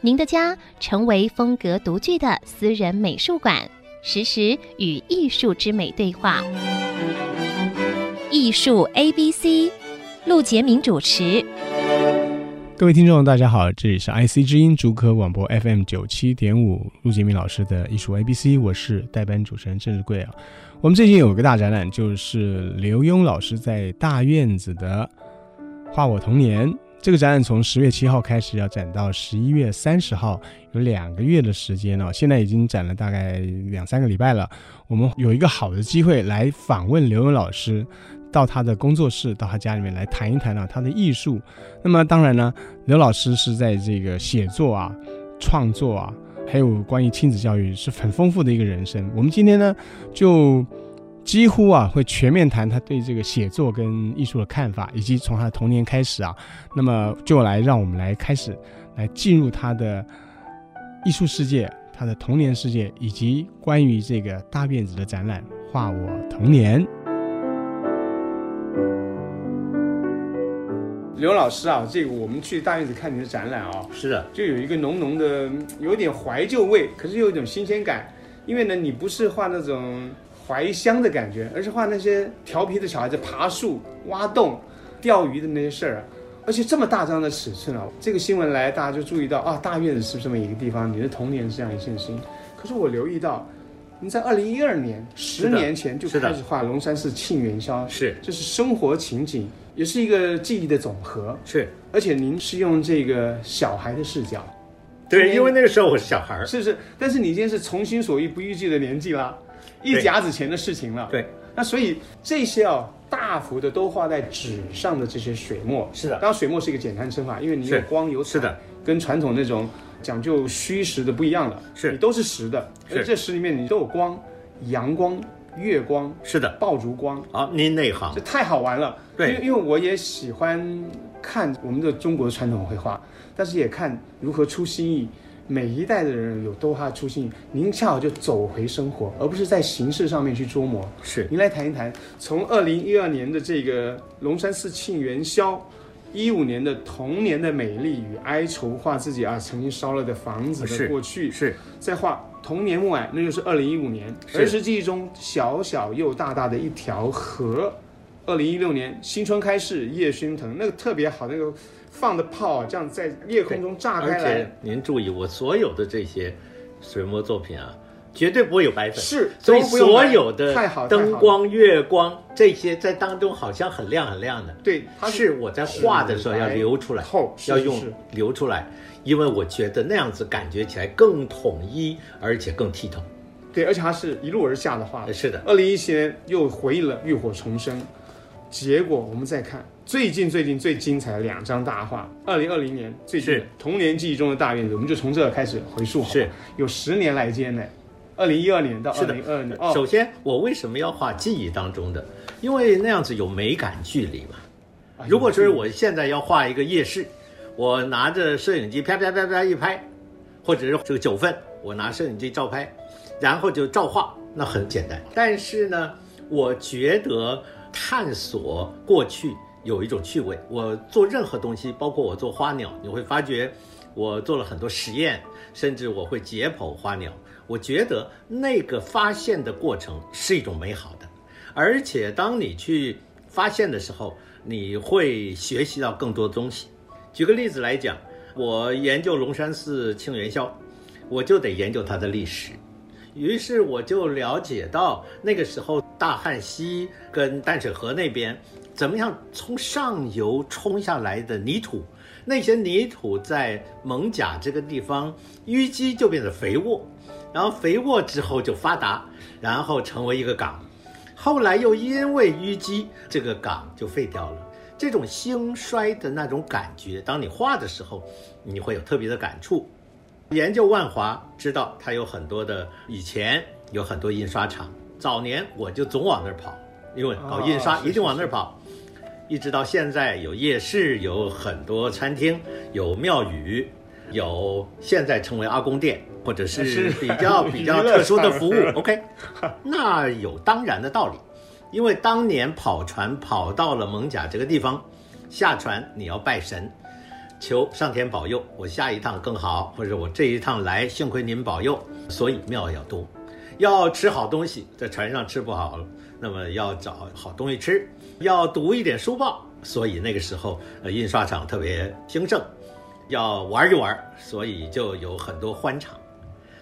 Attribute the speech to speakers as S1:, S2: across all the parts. S1: 您的家成为风格独具的私人美术馆，实时与艺术之美对话。艺术 A B C，陆杰明主持。
S2: 各位听众，大家好，这里是 IC 之音竹科广播 FM 九七点五，陆杰明老师的艺术 ABC，我是代班主持人郑志贵啊。我们最近有个大展览，就是刘墉老师在大院子的《画我童年》这个展览，从十月七号开始要展到十一月三十号，有两个月的时间哦。现在已经展了大概两三个礼拜了。我们有一个好的机会来访问刘墉老师，到他的工作室，到他家里面来谈一谈啊他的艺术。那么当然呢，刘老师是在这个写作啊、创作啊，还有关于亲子教育是很丰富的一个人生。我们今天呢，就几乎啊会全面谈他对这个写作跟艺术的看法，以及从他的童年开始啊，那么就来让我们来开始来进入他的艺术世界、他的童年世界，以及关于这个大院子的展览《画我童年》。刘老师啊，这个我们去大院子看你的展览啊，
S3: 是啊，
S2: 就有一个浓浓的，嗯有点怀旧味，可是又有一种新鲜感，因为呢，你不是画那种怀乡的感觉，而是画那些调皮的小孩子爬树、挖洞、钓鱼的那些事儿啊。而且这么大张的尺寸啊，这个新闻来，大家就注意到啊，大院子是这么一个地方，你的童年是这样一件事情。可是我留意到，你在二零一二年，十
S3: 是的
S2: 年前就是
S3: 的
S2: 开始画龙山寺沁园宵，
S3: 是
S2: 这是生活情景，也是一个记忆的总和。
S3: 是，
S2: 而且您是用这个小孩的视角，
S3: 对，因为那个时候我是小孩儿，
S2: 是不是？但是你现在是从心所欲不逾矩的年纪啦，一
S3: 对
S2: 甲子前的事情了。
S3: 对，
S2: 那所以这些哦，大幅的都画在纸上的这些水墨，
S3: 是的
S2: 当然，水墨是一个简单称法，因为你有
S3: 是
S2: 光有彩
S3: 是的，
S2: 跟传统那种讲究虚实的不一样了。
S3: 是
S2: 你都是实的，
S3: 是
S2: 而这实里面你都有光，阳光、月光、
S3: 是的，
S2: 爆竹光，
S3: 好，您内行
S2: 这，太好玩了。
S3: 对
S2: 因为因为我也喜欢看我们的中国传统绘画，但是也看如何出新意。每一代的人有都他出新意，您恰好就走回生活，而不是在形式上面去捉摸。
S3: 是
S2: 您来谈一谈，从二零一二年的这个龙山寺沁园宵，一五年的童年的美丽与哀愁，画自己啊曾经烧了的房子的
S3: 是
S2: 过去，
S3: 是
S2: 再画童年暮霭，那就是二零一五年
S3: 是
S2: 儿时记忆中小小又大大的一条河。二零一六年新春开市，夜熏腾，那个特别好，那个放的炮啊这样在夜空中炸
S3: 而
S2: 开来，
S3: 且您注意，我所有的这些水墨作品啊，绝对不会有白粉，
S2: 是
S3: 所以
S2: 都不用
S3: 所
S2: 买
S3: 有的
S2: 太好太好
S3: 灯光、月光这些在当中好像很亮很亮的，
S2: 对，它
S3: 是我在画的时候要流出来
S2: 是白透，是
S3: 要
S2: 是
S3: 用
S2: 是
S3: 流出来，因为我觉得那样子感觉起来更统一，而且更剔透。
S2: 对，而且它是一路而下的画
S3: 呃。是的，
S2: 二零一七年又回忆了浴火重生，结果我们再看最近最近最精彩的两张大画，二零二零年最近的
S3: 是
S2: 童年记忆中的大院子，我们就从这儿开始回溯好吗
S3: 是
S2: 有十年来间呢，二零一二年到二
S3: 是的
S2: 零二年
S3: 首
S2: 哦，
S3: 先，我为什么要画记忆当中的？因为那样子有美感距离嘛。
S2: 哎
S3: 啊如果说是我现在要画一个夜市，我拿着摄影机啪啪啪啪一拍，或者是这个九份，我拿摄影机照拍，然后就照画，那很简单。但是呢，我觉得探索过去有一种趣味。我做任何东西，包括我做花鸟，你会发觉我做了很多实验，甚至我会解剖花鸟。我觉得那个发现的过程是一种美好的。而且当你去发现的时候，你会学习到更多东西。举个例子来讲，我研究龙山寺庆元宵，我就得研究它的历史。于是我就了解到那个时候大汉溪跟淡水河那边怎么样从上游冲下来的泥土，那些泥土在蒙贾这个地方淤积就变得肥沃，然后肥沃之后就发达，然后成为一个港。后来又因为淤积，这个港就废掉了。这种兴衰的那种感觉，当你画的时候，你会有特别的感触。研究万华，知道它有很多的以前有很多印刷厂，早年我就总往那儿跑，因为搞印刷
S2: 哦是
S3: 一定往那儿跑，一直到现在有夜市，有很多餐厅，有庙宇，有现在称为阿公店，或者
S2: 是
S3: 是比 较比较
S2: 娱乐
S3: 特殊的
S2: 场
S3: 服务
S2: 是。
S3: OK，那有当然的道理，因为当年跑船跑到了蒙甲这个地方，下船你要拜神，求上天保佑，我下一趟更好，或者我这一趟来，幸亏您保佑，所以庙要多，要吃好东西，在船上吃不好，那么要找好东西吃，要读一点书报，所以那个时候呃印刷厂特别兴盛，要玩一玩，所以就有很多欢场。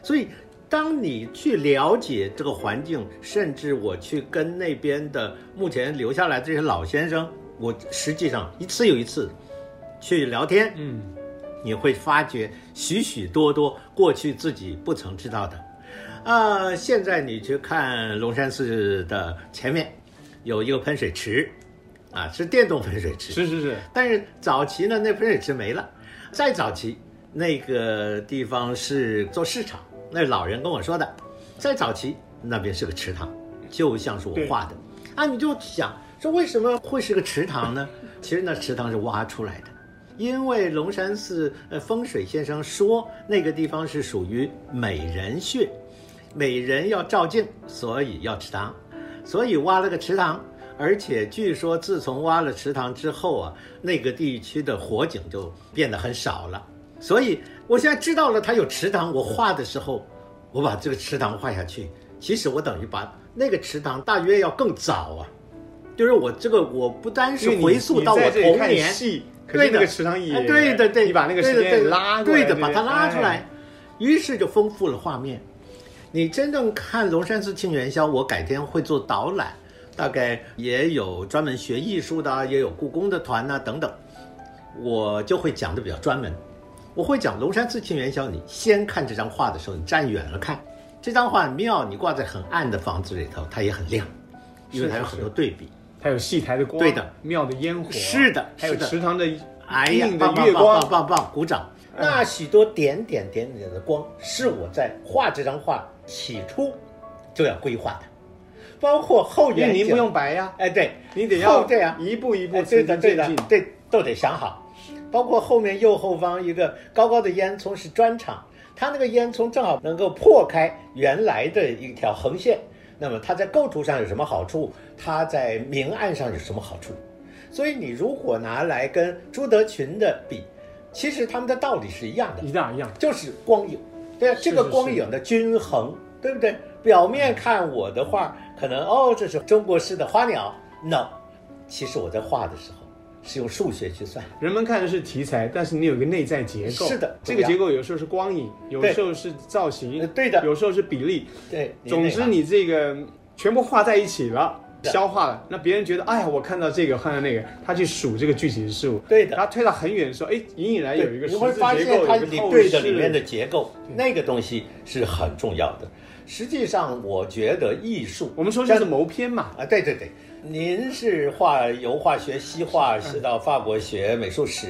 S3: 所以，当你去了解这个环境，甚至我去跟那边的目前留下来这些老先生，我实际上一次又一次去聊天，
S2: 嗯，
S3: 你会发觉许许多多过去自己不曾知道的。啊，现在你去看龙山寺的前面有一个喷水池，啊，是电动喷水池，
S2: 是是，
S3: 但是早期呢，那喷水池没了。再早期，那个地方是做市场，那老人跟我说的。再早期，那边是个池塘，就像是我画的。啊，你就想说为什么会是个池塘呢？其实那池塘是挖出来的，因为龙山寺呃风水先生说那个地方是属于美人穴，每人要照镜，所以要池塘，所以挖了个池塘。而且据说，自从挖了池塘之后啊，那个地区的火警就变得很少了。所以我现在知道了它有池塘，我画的时候，我把这个池塘画下去，其实我等于把那个池塘大约要更早啊，就是我这个我不单是回溯到我童年，可是那个池
S2: 塘
S3: 哎，对的，对，对的对的，把它拉出
S2: 哎
S3: 来，，哎于是就丰富了画面。你真正看龙山寺庆元宵，我改天会做导览，大概也有专门学艺术的啊，也有故宫的团呐、等等，我就会讲的比较专门。我会讲龙山寺庆元宵，你先看这张画的时候，你站远了看，这张画很妙，你挂在很暗的房子里头，它也很亮，因为它有很多对比。
S2: 它有戏台的光
S3: 对的，
S2: 庙的烟火，
S3: 是的
S2: 还有
S3: 是的
S2: 池塘的
S3: 哎呀，
S2: 映的
S3: 棒棒
S2: 月
S3: 棒
S2: 光
S3: 棒棒棒，鼓掌！那许多点点点点的光，是我在画这张画起初就要规划的，包括后
S2: 因为
S3: 园
S2: 您
S3: 景
S2: 不用白呀，
S3: 哎，对，
S2: 你得要
S3: 后这样
S2: 一步一步
S3: 哎对
S2: 循序
S3: 的
S2: 渐
S3: 对
S2: 进
S3: 的，对都得想好，包括后面右后方一个高高的烟囱是砖厂，它那个烟囱正好能够破开原来的一条横线，那么它在构图上有什么好处？它在明暗上有什么好处？所以你如果拿来跟朱德群的比，其实他们的道理是一样的
S2: 一，样一样，
S3: 就是光影，对啊，
S2: 是
S3: 这个
S2: 是
S3: 光影的均衡，对不对？表面看我的画，可能哦，这是中国式的花鸟，no，其实我在画的时候是用数学去算，
S2: 人们看的是题材，但是你有一个内在结构。
S3: 是的
S2: 这
S3: 不
S2: 个
S3: 一样
S2: 结构有时候是光影，有
S3: 对
S2: 时候是造型
S3: 呃，对的
S2: 有时候是比例。
S3: 对。
S2: 总之，
S3: 那个
S2: 你这个全部画在一起了，
S3: 是
S2: 消化了，那别人觉得，哎呀，我看到这个，看到那个，他去数这个具体的事物，
S3: 对的
S2: 他推到很远的时候，哎，隐隐然有一个
S3: 对，
S2: 十
S3: 你会
S2: 字
S3: 发
S2: 结构，
S3: 现它
S2: 有一
S3: 里
S2: 个透
S3: 对的
S2: 视嗯
S3: 里面的结构，那个东西是很重要的。实际上，我觉得艺术，
S2: 我们说就是谋篇嘛，
S3: 啊，对对对，您是画油画学西画，是到法国学美术史，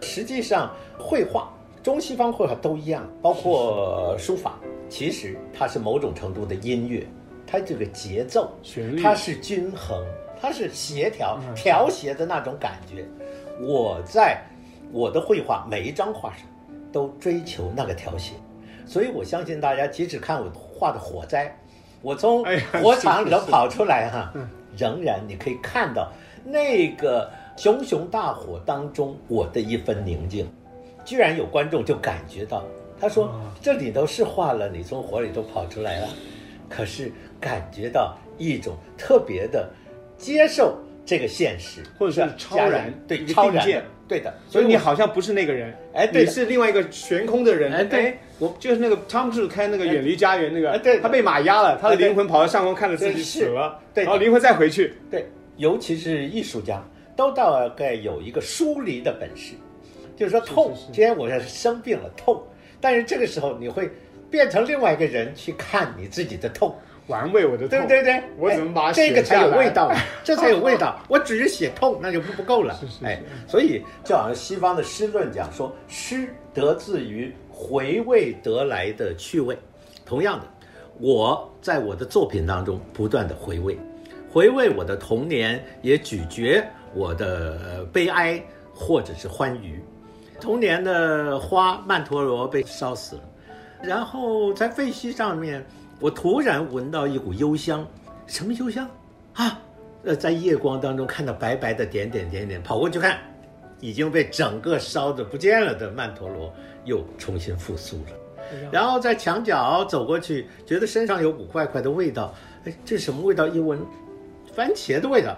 S3: 实际上绘画中西方绘画都一样，包括书法，其实它是某种程度的音乐，它这个节奏
S2: 旋律
S3: 它是均衡，它是协调、
S2: 嗯
S3: 调谐的那种感觉。我在我的绘画每一张画上都追求那个调谐，所以我相信大家，即使看我画的火灾，我从
S2: 哎呀
S3: 火场里头跑出来哈、
S2: 嗯
S3: 仍然你可以看到那个熊熊大火当中我的一份宁静。居然有观众就感觉到，他说
S2: 啊
S3: 这里头是化了，你从火里头跑出来了，可是感觉到一种特别的接受这个现实，
S2: 或者是
S3: 是
S2: 超
S3: 加
S2: 然一
S3: 对
S2: 个
S3: 超
S2: 定
S3: 然
S2: 见
S3: 的，对的，
S2: 所以你
S3: 我
S2: 好像不是那个人，
S3: 哎对
S2: 你
S3: 的
S2: 是另外一个悬空的人，
S3: 哎对
S2: 我就是那个汤姆克鲁斯开那个
S3: 哎
S2: 远离家园那个，
S3: 哎对的
S2: 他被马压了，他的
S3: 哎对
S2: 灵魂跑到上空看着自己
S3: 对
S2: 死了，
S3: 对
S2: 然后灵魂再回去，
S3: 对，尤其是艺术家，都大概有一个疏离的本事，就是说痛，
S2: 是是
S3: 今天我是生病了痛，但是这个时候你会变成另外一个人去看你自己的痛，
S2: 玩味我的痛，
S3: 对不对？对，
S2: 我怎么把它
S3: 哎这
S2: 写
S3: 个
S2: 下来
S3: 才有味道， 这才有味道。我只是写痛，那就不不够了。
S2: 是是是
S3: 哎，所以就好像西方的诗论讲说，诗得自于回味得来的趣味。同样的，我在我的作品当中不断的回味，回味我的童年，也咀嚼我的呃悲哀或者是欢愉。童年的花曼陀罗被烧死了，然后在废墟上面，我突然闻到一股幽香，什么幽香啊？呃，在夜光当中看到白白的点点点点，跑过去看，已经被整个烧的不见了的曼陀罗又重新复苏了。然后在墙角走过去，觉得身上有股怪怪的味道，哎，这什么味道？一闻，番茄的味道。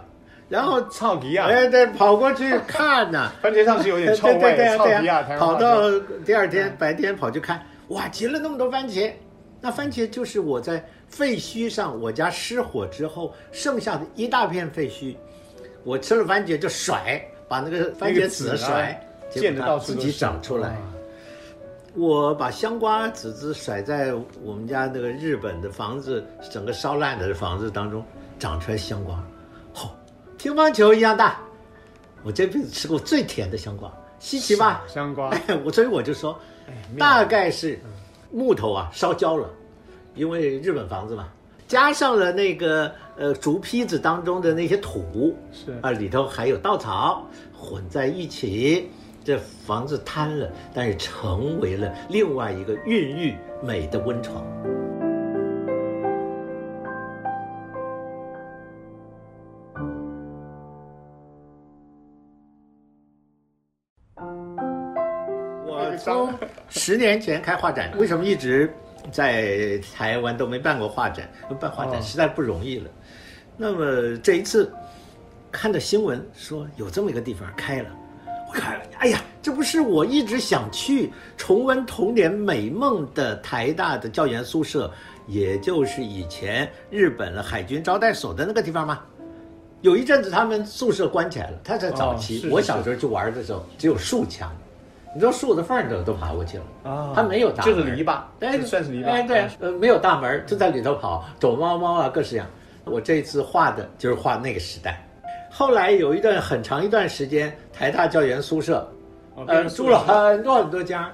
S3: 然后
S2: 草皮啊，
S3: 哎，对，跑过去看呐、
S2: 番茄上是有点臭
S3: 对对
S2: 味，草
S3: 对对
S2: 皮
S3: 呀
S2: 啊，台
S3: 对呀，
S2: 湾
S3: 跑
S2: 话
S3: 到
S2: 说嗯
S3: 第二天白天跑去看，哇，结了那么多番茄，那番茄就是我在废墟上我家失火之后剩下的一大片废墟，我吃了番茄就甩，把那个番
S2: 那
S3: 茄
S2: 个
S3: 籽
S2: 啊
S3: 甩，结
S2: 溅得
S3: 果
S2: 到
S3: 它
S2: 处
S3: 自
S2: 都
S3: 己
S2: 是嗯
S3: 长出来。
S2: 哇
S3: 我把香瓜籽子甩在我们家那个日本的房子，整个烧烂的房子当中长出来香瓜，好、乒乓球一样大。我这辈子吃过最甜的香瓜，稀奇吧？
S2: 香瓜，哎
S3: 哎， 我所以我就说，大概是木头啊烧焦了，因为日本房子嘛，加上了那个呃竹坯子当中的那些土，
S2: 是
S3: 啊里头还有稻草混在一起，这房子坍了，但是成为了另外一个孕育美的温床。我从十年前开画
S2: 嗯
S3: 展，为什么一直在台湾都没办过画展？办画
S2: 哦
S3: 展实在不容易了。那么这一次看到新闻说有这么一个地方开了，我看，哎呀，这不是我一直想去重温童年美梦的台大的教研宿舍，也就是以前日本海军招待所的那个地方吗？有一阵子他们宿舍关起来了，他在早期，
S2: 哦是
S3: 我
S2: 是
S3: 小时候去玩的时候只有树墙，你知道树的缝儿都都爬过去了
S2: 啊
S3: 它没有大门，
S2: 就是篱笆
S3: 哎，
S2: 这算是篱笆嗯
S3: 哎，对，呃，没有大门，就在里头跑，躲猫猫啊，各式样。我这一次画的就是画那个时代。后来有一段很长一段时间，台大教研宿舍，
S2: 哦
S3: 呃，
S2: 变成
S3: 住了很多很多家，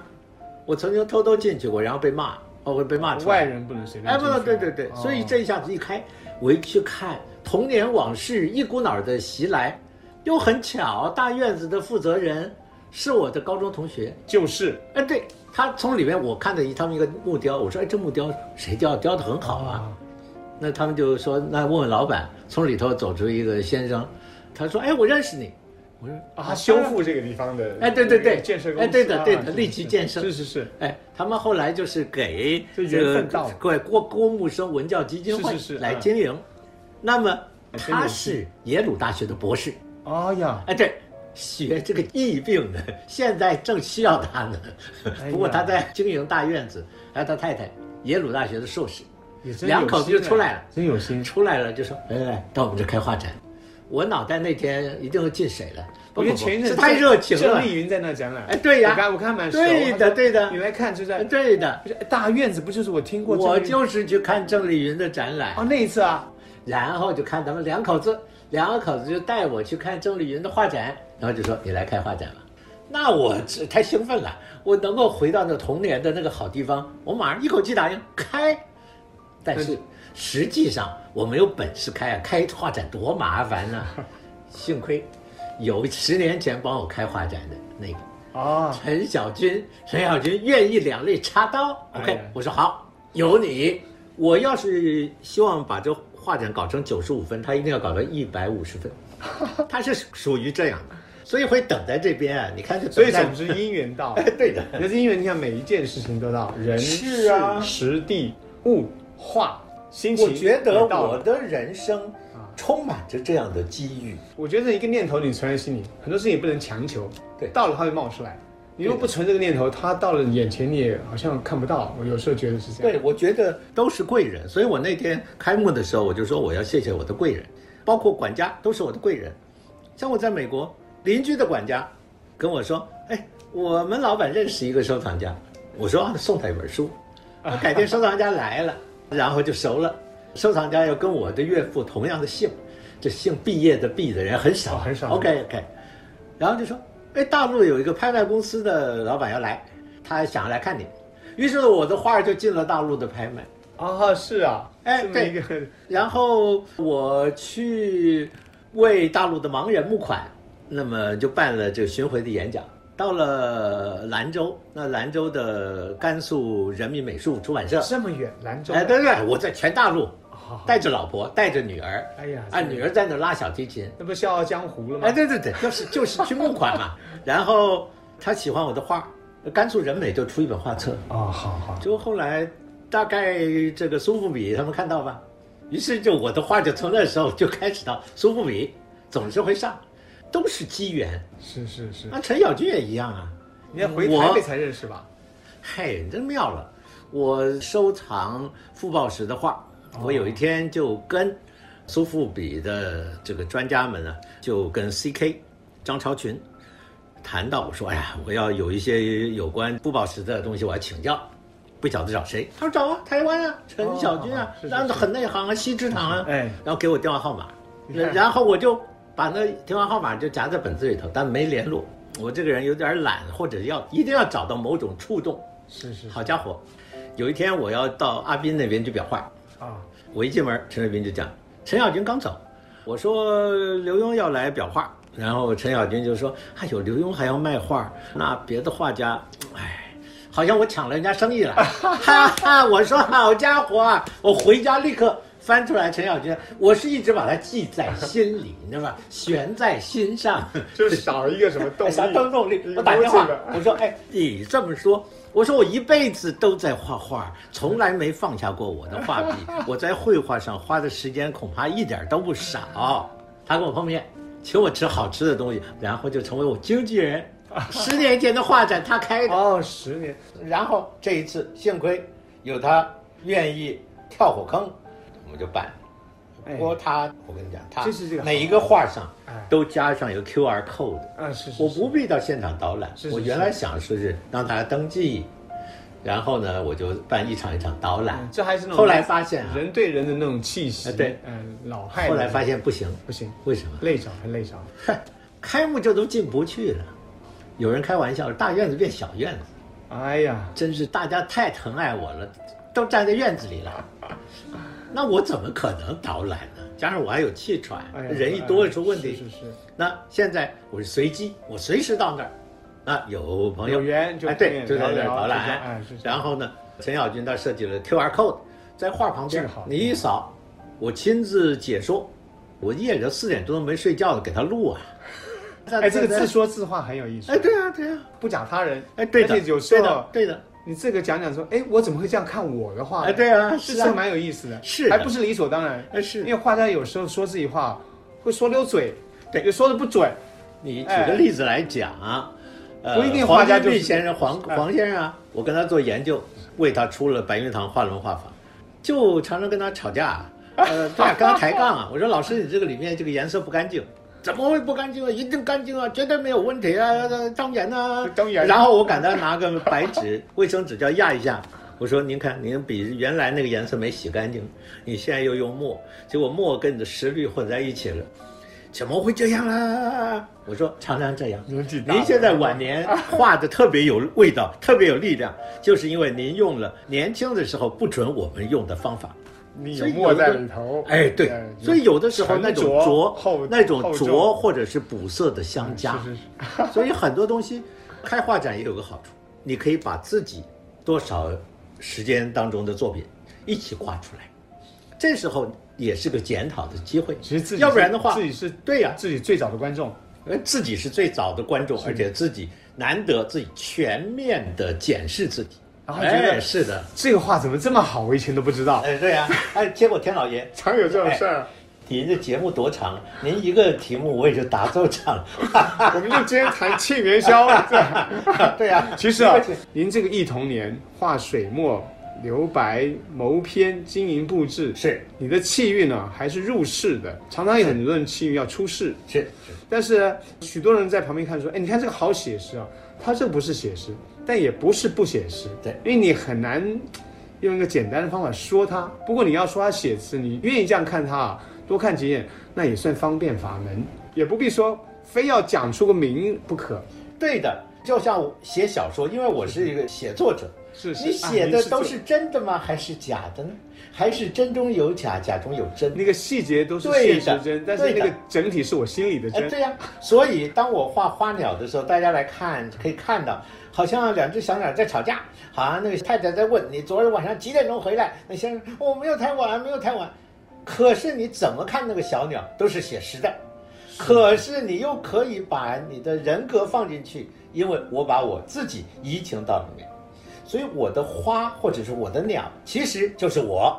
S3: 我曾经偷偷进去过，然后被骂，哦，会被骂出来
S2: 外。人不能随便
S3: 哎，
S2: 进
S3: 不
S2: 去。
S3: 能，对对对，
S2: 哦
S3: 所以这一下子一开，我一去看童年往事一股脑的袭来，又很巧，大院子的负责人是我的高中同学，
S2: 就是
S3: 哎，对他从里面我看到一他们一个木雕，我说哎这木雕谁雕雕的很好
S2: 哦
S3: 啊，那他们就说那问问老板，从里头走出一个先生，他说哎我认识你，我说
S2: 啊，他修复这个地方的，
S3: 哎对对对
S2: 建设公司，
S3: 哎对的
S2: 啊
S3: 对的
S2: 是是
S3: 立即
S2: 是
S3: 建设
S2: 是是是
S3: 哎，他们后来就是给
S2: 这缘
S3: 个
S2: 分到了
S3: 郭郭郭木生文教基金会
S2: 是是是
S3: 来
S2: 嗯
S3: 经营，那么
S2: 哎真
S3: 他
S2: 有
S3: 是耶鲁大学的博士，
S2: 哎呀，
S3: 哎，对，学这个疫病的，现在正需要他呢
S2: 哎。呀
S3: 不过他在经营大院子，还有他太太，耶鲁大学的硕士，
S2: 也真有
S3: 两口子就
S2: 心哎
S3: 出来了。
S2: 真有心。
S3: 出来了就说：“来来来，到我们这开画展。”我脑袋那天一定会进水了，
S2: 我觉
S3: 不不
S2: 得
S3: 不，
S2: 前一阵
S3: 是太热情
S2: 郑
S3: 了。
S2: 丽云在那展览，
S3: 哎对呀
S2: 我看我看蛮熟，
S3: 对的，对
S2: 他说你
S3: 的，
S2: 来看就在，
S3: 对的。
S2: 不是哎大院子，不就是我听过郑丽云？
S3: 我就是去看郑丽云的展览
S2: 哦，那一次啊，
S3: 然后就看他们两口子，两口子就带我去看郑丽云的画展，然后就说你来开画展吧。那我这太兴奋了，我能够回到那童年的那个好地方，我马上一口气答应开。但是实际上我没有本事开啊，开画展多麻烦呐、幸亏有十年前帮我开画展的那个
S2: 啊，
S3: 陈小军，陈小军愿意两肋插刀。
S2: 哎呀
S3: OK，、我说好，有你。我要是希望把这画展搞成九十五分，他一定要搞到一百 五十分，他是属于这样的，所以会等在这边啊。你看这
S2: 所以
S3: 等待
S2: 总之姻缘 到，
S3: 对的，
S2: 可是因为你看每一件事情都到人、
S3: 是啊
S2: 事实地、物、化、心情。
S3: 我觉得
S2: 也到了
S3: 我的人生充满着这样的机遇。
S2: 我觉得一个念头你存在心里，很多事情也不能强求，
S3: 对
S2: 到了它会冒出来。你如果不存这个念头，它到了你眼前你也好像看不到。我有时候觉得是这样。
S3: 对，我觉得都是贵人，所以我那天开幕的时候，我就说我要谢谢我的贵人，包括管家都是我的贵人。像我在美国，邻居的管家跟我说：“哎，我们老板认识一个收藏家。” 我说：“啊，送他一本书。”那改天收藏家来了， 然后就熟了。收藏家又跟我的岳父同样的姓，这姓毕业的毕的人很少，
S2: 哦很少
S3: OK OK，然后就说：“哎，大陆有一个拍卖公司的老板要来，他想要来看你。于是呢，我的画儿就进了大陆的拍卖。
S2: 啊，是啊，
S3: 哎
S2: 这么一个
S3: 然后我去为大陆的盲人募款，那么就办了这个巡回的演讲。到了兰州，那兰州的甘肃人民美术出版社，
S2: 这么远，兰州，
S3: 哎，对对，我在全大陆，
S2: 好，
S3: 带着老婆，带着女儿，
S2: 哎呀，
S3: 啊，女儿在那拉小提琴，
S2: 那不笑傲江湖了吗？
S3: 哎，对对对， 就是就是去募款嘛。然后他喜欢我的画，甘肃人美就出一本画册，
S2: 哦，好好，
S3: 就后来大概这个苏富比他们看到吧，于是就我的画就从那时候就开始到苏富比总是会上，都是机缘。
S2: 是是是，
S3: 那陈小军也一样啊，
S2: 你要回
S3: 我
S2: 台北才认识吧？
S3: 嘿，真妙了！我收藏《傅抱石》的画，我
S2: 哦
S3: 有一天就跟苏富比的这个专家们呢，啊就跟 C.K. 张超群谈到，我说：“哎呀，我要有一些有关傅抱石的东西，我要请教，不晓得找谁。”他说：“找啊，台湾啊，陈小军啊
S2: 哦，是是
S3: 然后
S2: 是
S3: 很内行啊，西之堂啊。”
S2: 哎
S3: 然后给我电话号码，
S2: 你看
S3: 然后我就把那电话号码就夹在本子里头，但没联络。我这个人有点懒，或者要一定要找到某种触动。
S2: 是是
S3: 好家伙，有一天我要到阿斌那边去裱画，
S2: 啊，
S3: 我一进门，陈水斌就讲：“陈小军刚走。”我说：“刘墉要来裱画。”然后陈小军就说：“哎呦，刘墉还要卖画，那别的画家，哎，好像我抢了人家生 意了。”哈哈，我说：“好家伙啊！”我回家立刻翻出来陈小军，我是一直把它记在心里，你知道吧？悬在心上。
S2: 就少一个什么动
S3: 哎，
S2: 力，
S3: 啥灯动力
S2: 一？个
S3: 我打电话
S2: motive，
S3: 我说，哎，你这么说，我说我一辈子都在画画，从来没放下过我的画 笔，我在绘画上花的时间恐怕一点都不少。他跟我碰面，请我吃好吃的东西，然后就成为我经纪人。十年前的画展他开的，
S2: 哦，十年，
S3: 然后这一次幸亏有他愿意跳火坑，我们就办。
S2: 哎
S3: 不过他，我跟你讲，他
S2: 就是这个
S3: 每一个画上
S2: 哎
S3: 都加上有 QR code。
S2: 啊，是是，
S3: 我
S2: 是
S3: 不必到现场导览，
S2: 是是
S3: 我原来想说是让大家登记，然后呢，我就办一场一场导览
S2: 嗯。这还是那种
S3: 后来发现啊，
S2: 人对人的那种气息，
S3: 哎对
S2: 嗯，老害。
S3: 后来发现不行，
S2: 不行，
S3: 为什么？
S2: 累着还累着，
S3: 开幕就都进不去了。有人开玩笑，大院子变小院子，
S2: 哎呀，
S3: 真是大家太疼爱我了，都站在院子里了。那我怎么可能导览呢？加上我还有气喘，
S2: 哎呀，
S3: 人一多了出问
S2: 是
S3: 题。
S2: 是是，
S3: 那现在我是随机，我随时到那儿。那有朋友
S2: 有缘就
S3: 哎，
S2: 碰
S3: 对，
S2: 面
S3: 就
S2: 聊
S3: 在那
S2: 聊就
S3: 儿导
S2: 这样哎
S3: 览
S2: 是。这样
S3: 然后呢，陈小军他设计了 QR code，在画旁
S2: 这
S3: 边
S2: 个好，
S3: 你一扫，我亲自解说。我夜里都四点多没睡觉的给他录啊。
S2: 哎，这个自说自话很有意思，
S3: 哎，，对啊，对啊，
S2: 不讲他人，
S3: 哎，对
S2: 而
S3: 的，
S2: 且有时
S3: 对的
S2: 候，
S3: 对的，
S2: 你这个讲讲说，哎，我怎么会这样看我的画呢？
S3: 哎，对啊，
S2: 是
S3: 是
S2: 这个
S3: 啊，
S2: 蛮有意思的，
S3: 是的
S2: 还不是理所当然，
S3: 哎
S2: 因
S3: 是
S2: 为。画家有时候说自己话会说溜嘴，
S3: 对
S2: 也说的不准，
S3: 你举个例子来讲，呃，
S2: 哎不一定画家就是
S3: 黄金律先生黄
S2: 哎
S3: 黄先生啊，我跟他做研究，为他出了白云堂画轮画法，就常常跟他吵架， 呃，他俩跟他抬杠啊。我说老师，你这个里面这个颜色不干净。怎么会不干净啊？一定干净啊，绝对没有问题啊！呃当然啊，
S2: 当然
S3: 然后我赶他拿个白纸、卫生纸叫压一下，我说：“您看，您比原来那个颜色没洗干净，你现在又用墨，结果墨跟你的石绿混在一起了。” 怎么会这样啊？我说常 常这样。
S2: 年纪大了
S3: 您现在晚年画的特别有味道，特别有力量， 就是因为您用了年轻的时候不准我们用的 方法。
S2: 你
S3: 所
S2: 有
S3: 以
S2: 墨
S3: 有的
S2: 在里头，
S3: 哎，对，所以有的时候那种
S2: 沉着
S3: 拙
S2: 厚，
S3: 那种
S2: 厚重哎
S3: 拙或者是补色的相加，
S2: 是是是，
S3: 所以很多东西，开画展也有个好处，你可以把自己多少时间当中的作品一起画出来，这时候也是个检讨的机会。
S2: 其实自己
S3: 要不然的话，
S2: 自己是
S3: 对呀、
S2: 自己最早的观众，
S3: 呃自己是最早的观众，而且自己难得自己全面的检视自己。
S2: 然后觉得
S3: 哎是的，
S2: 这个画怎么这么好，我以前都不知道，
S3: 哎，对呀、 哎，结果天老爷，
S2: 常有这种事儿。
S3: 您这节目多长？您一个题目我也就答奏场了。哎
S2: 我们就今天谈庆元 宵。
S3: 对呀、
S2: 其实啊，您这个忆童年画水墨、留白、谋篇、经营布置，
S3: 是
S2: 你的气运呢还是入世的。常常有很多人气运要出世，
S3: 是是，
S2: 但是呢许多人在旁边看说：“哎，你看这个好写实啊！”他这个不是写实，但也不是不写实，
S3: 对
S2: 因为你很难用一个简单的方法说它。不过你要说它写实，你愿意这样看它啊，多看几眼，那也算方便法门，也不必说非要讲出个名不可。
S3: 对的，就像写小说，因为我是一个写作者，
S4: 是是
S3: 你写的都
S4: 啊您
S3: 是真的吗？还是假的呢？还是真中有假，假中有真？
S4: 那个细节都是
S3: 对
S4: 现实
S3: 的
S4: 真，但是
S3: 对
S4: 那
S3: 的
S4: 个整体是我心里的
S3: 哎，
S4: 真。
S3: 对呀、所以当我画花鸟的时候，大家来看可以看到，好像两只小鸟在吵架，好像那个太太在问你昨天晚上几点钟回来，那先生我没有太晚，没有太晚。可是你怎么看那个小鸟都是写实的，可是你又可以把你的人格放进去，因为我把我自己移情到里面，所以我的花或者是我的鸟其实就是我，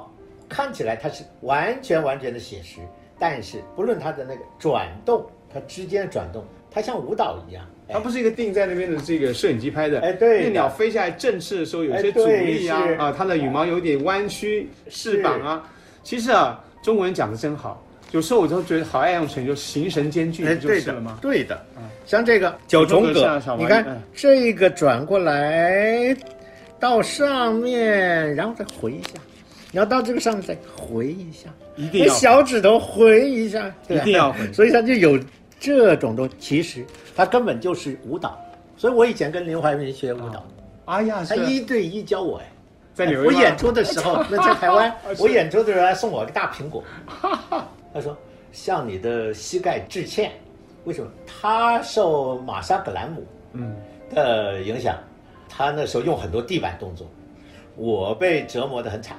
S3: 看起来它是完全完全的写实，但是不论它的那个转动，它之间的转动，它像舞蹈一样。哎
S4: 它不是一个定在那边的这个摄影机拍的，
S3: 哎对
S4: 那个鸟飞下来正翅的时候有一些
S3: 哎
S4: 阻
S3: 对
S4: 力啊
S3: 是，
S4: 啊，它的羽毛有点弯曲，翅膀啊。其实啊，中国人讲的真好，有时候我都觉得好爱用成就形神兼具，
S3: 哎，
S4: 不就
S3: 对
S4: 是嗯
S3: 的
S4: 了吗？？
S3: 对的，像这个九重
S4: 九重
S3: 葛
S4: 葛下小，丸
S3: 你
S4: 哎
S3: 看这个转过来到上面，然后再回一下，然后到这个上面再回一下，
S4: 一定
S3: 那
S4: 要
S3: 小指头回一下，对吧
S4: 一定要回
S3: 所以它就有这种东西。其实它根本就是舞蹈，所以我以前跟林怀民学舞蹈，
S4: 哎呀，是
S3: 他一对一教我哎。
S4: 在纽约
S3: 我
S4: 吗
S3: 演出的时 候，那在台湾
S4: 啊，是
S3: 我演出的时候还送我个 大苹果。他说向你的膝盖致歉，为什么？他受玛莎格兰姆
S4: 嗯，
S3: 的影响，他那时候用很多地板动作，我被折磨得很惨。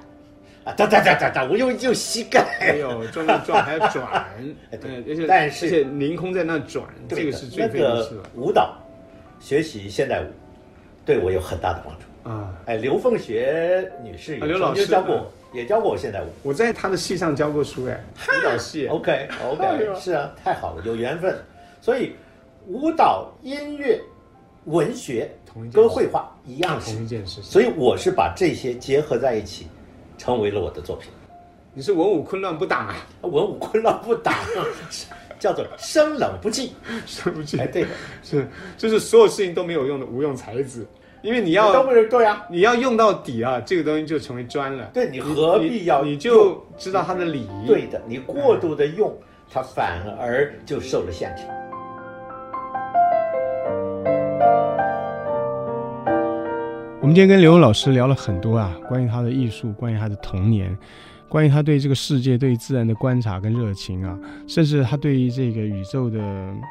S3: 啊，哒哒哒哒哒，我用就膝
S4: 还
S3: 盖。
S4: 有中国转还有转，嗯，而且
S3: 哎但是
S4: 而且凌空在那转，这
S3: 对
S4: 个
S3: 的
S4: 是，最
S3: 那
S4: 费力气
S3: 个舞蹈，学习现代舞，对我有很大的帮助。
S4: 的啊。
S3: 哎，刘凤学女士
S4: 啊
S3: 有
S4: 刘
S3: 时候
S4: 老
S3: 就
S4: 师
S3: 教过
S4: 嗯
S3: 我，也教过我现代舞。
S4: 我在他的戏上教过书，哎，舞蹈戏，
S3: OK
S4: 哎呦
S3: OK，是啊，太好了，有缘分。所以舞蹈、音乐、文学
S4: 同一件事
S3: 跟绘画一样是
S4: 同一，件事情。
S3: 所以我是把这些结合在一起，成为了我的作品。
S4: 你是文武昆乱不打啊，
S3: 文武昆乱不打，叫做生冷不 忌。
S4: 是不是？
S3: 哎，对的，
S4: 是，就是所有事情都没有用的无用才子，因为你
S3: 都
S4: 要
S3: 不是对啊，
S4: 你要用到底啊，这个东西就成为砖了。
S3: 对你何必要
S4: 你
S3: 用
S4: 就知道他的礼仪。
S3: 对的，你过度的用，它反而就受了限制。
S2: 我们今天跟刘勇老师聊了很多啊，关于他的艺术，关于他的童年，关于他对这个世界、对自然的观察跟热情啊，甚至他对于这个宇宙的嗯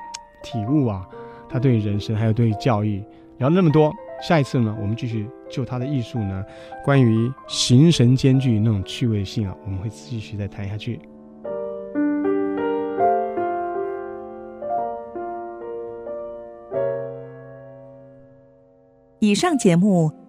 S2: 体悟啊，他对人生还有对教育聊了那么多。下一次呢，我们继续就他的艺术呢，关于形神兼具那种趣味性啊，我们会继续再谈下去。
S5: 以上节目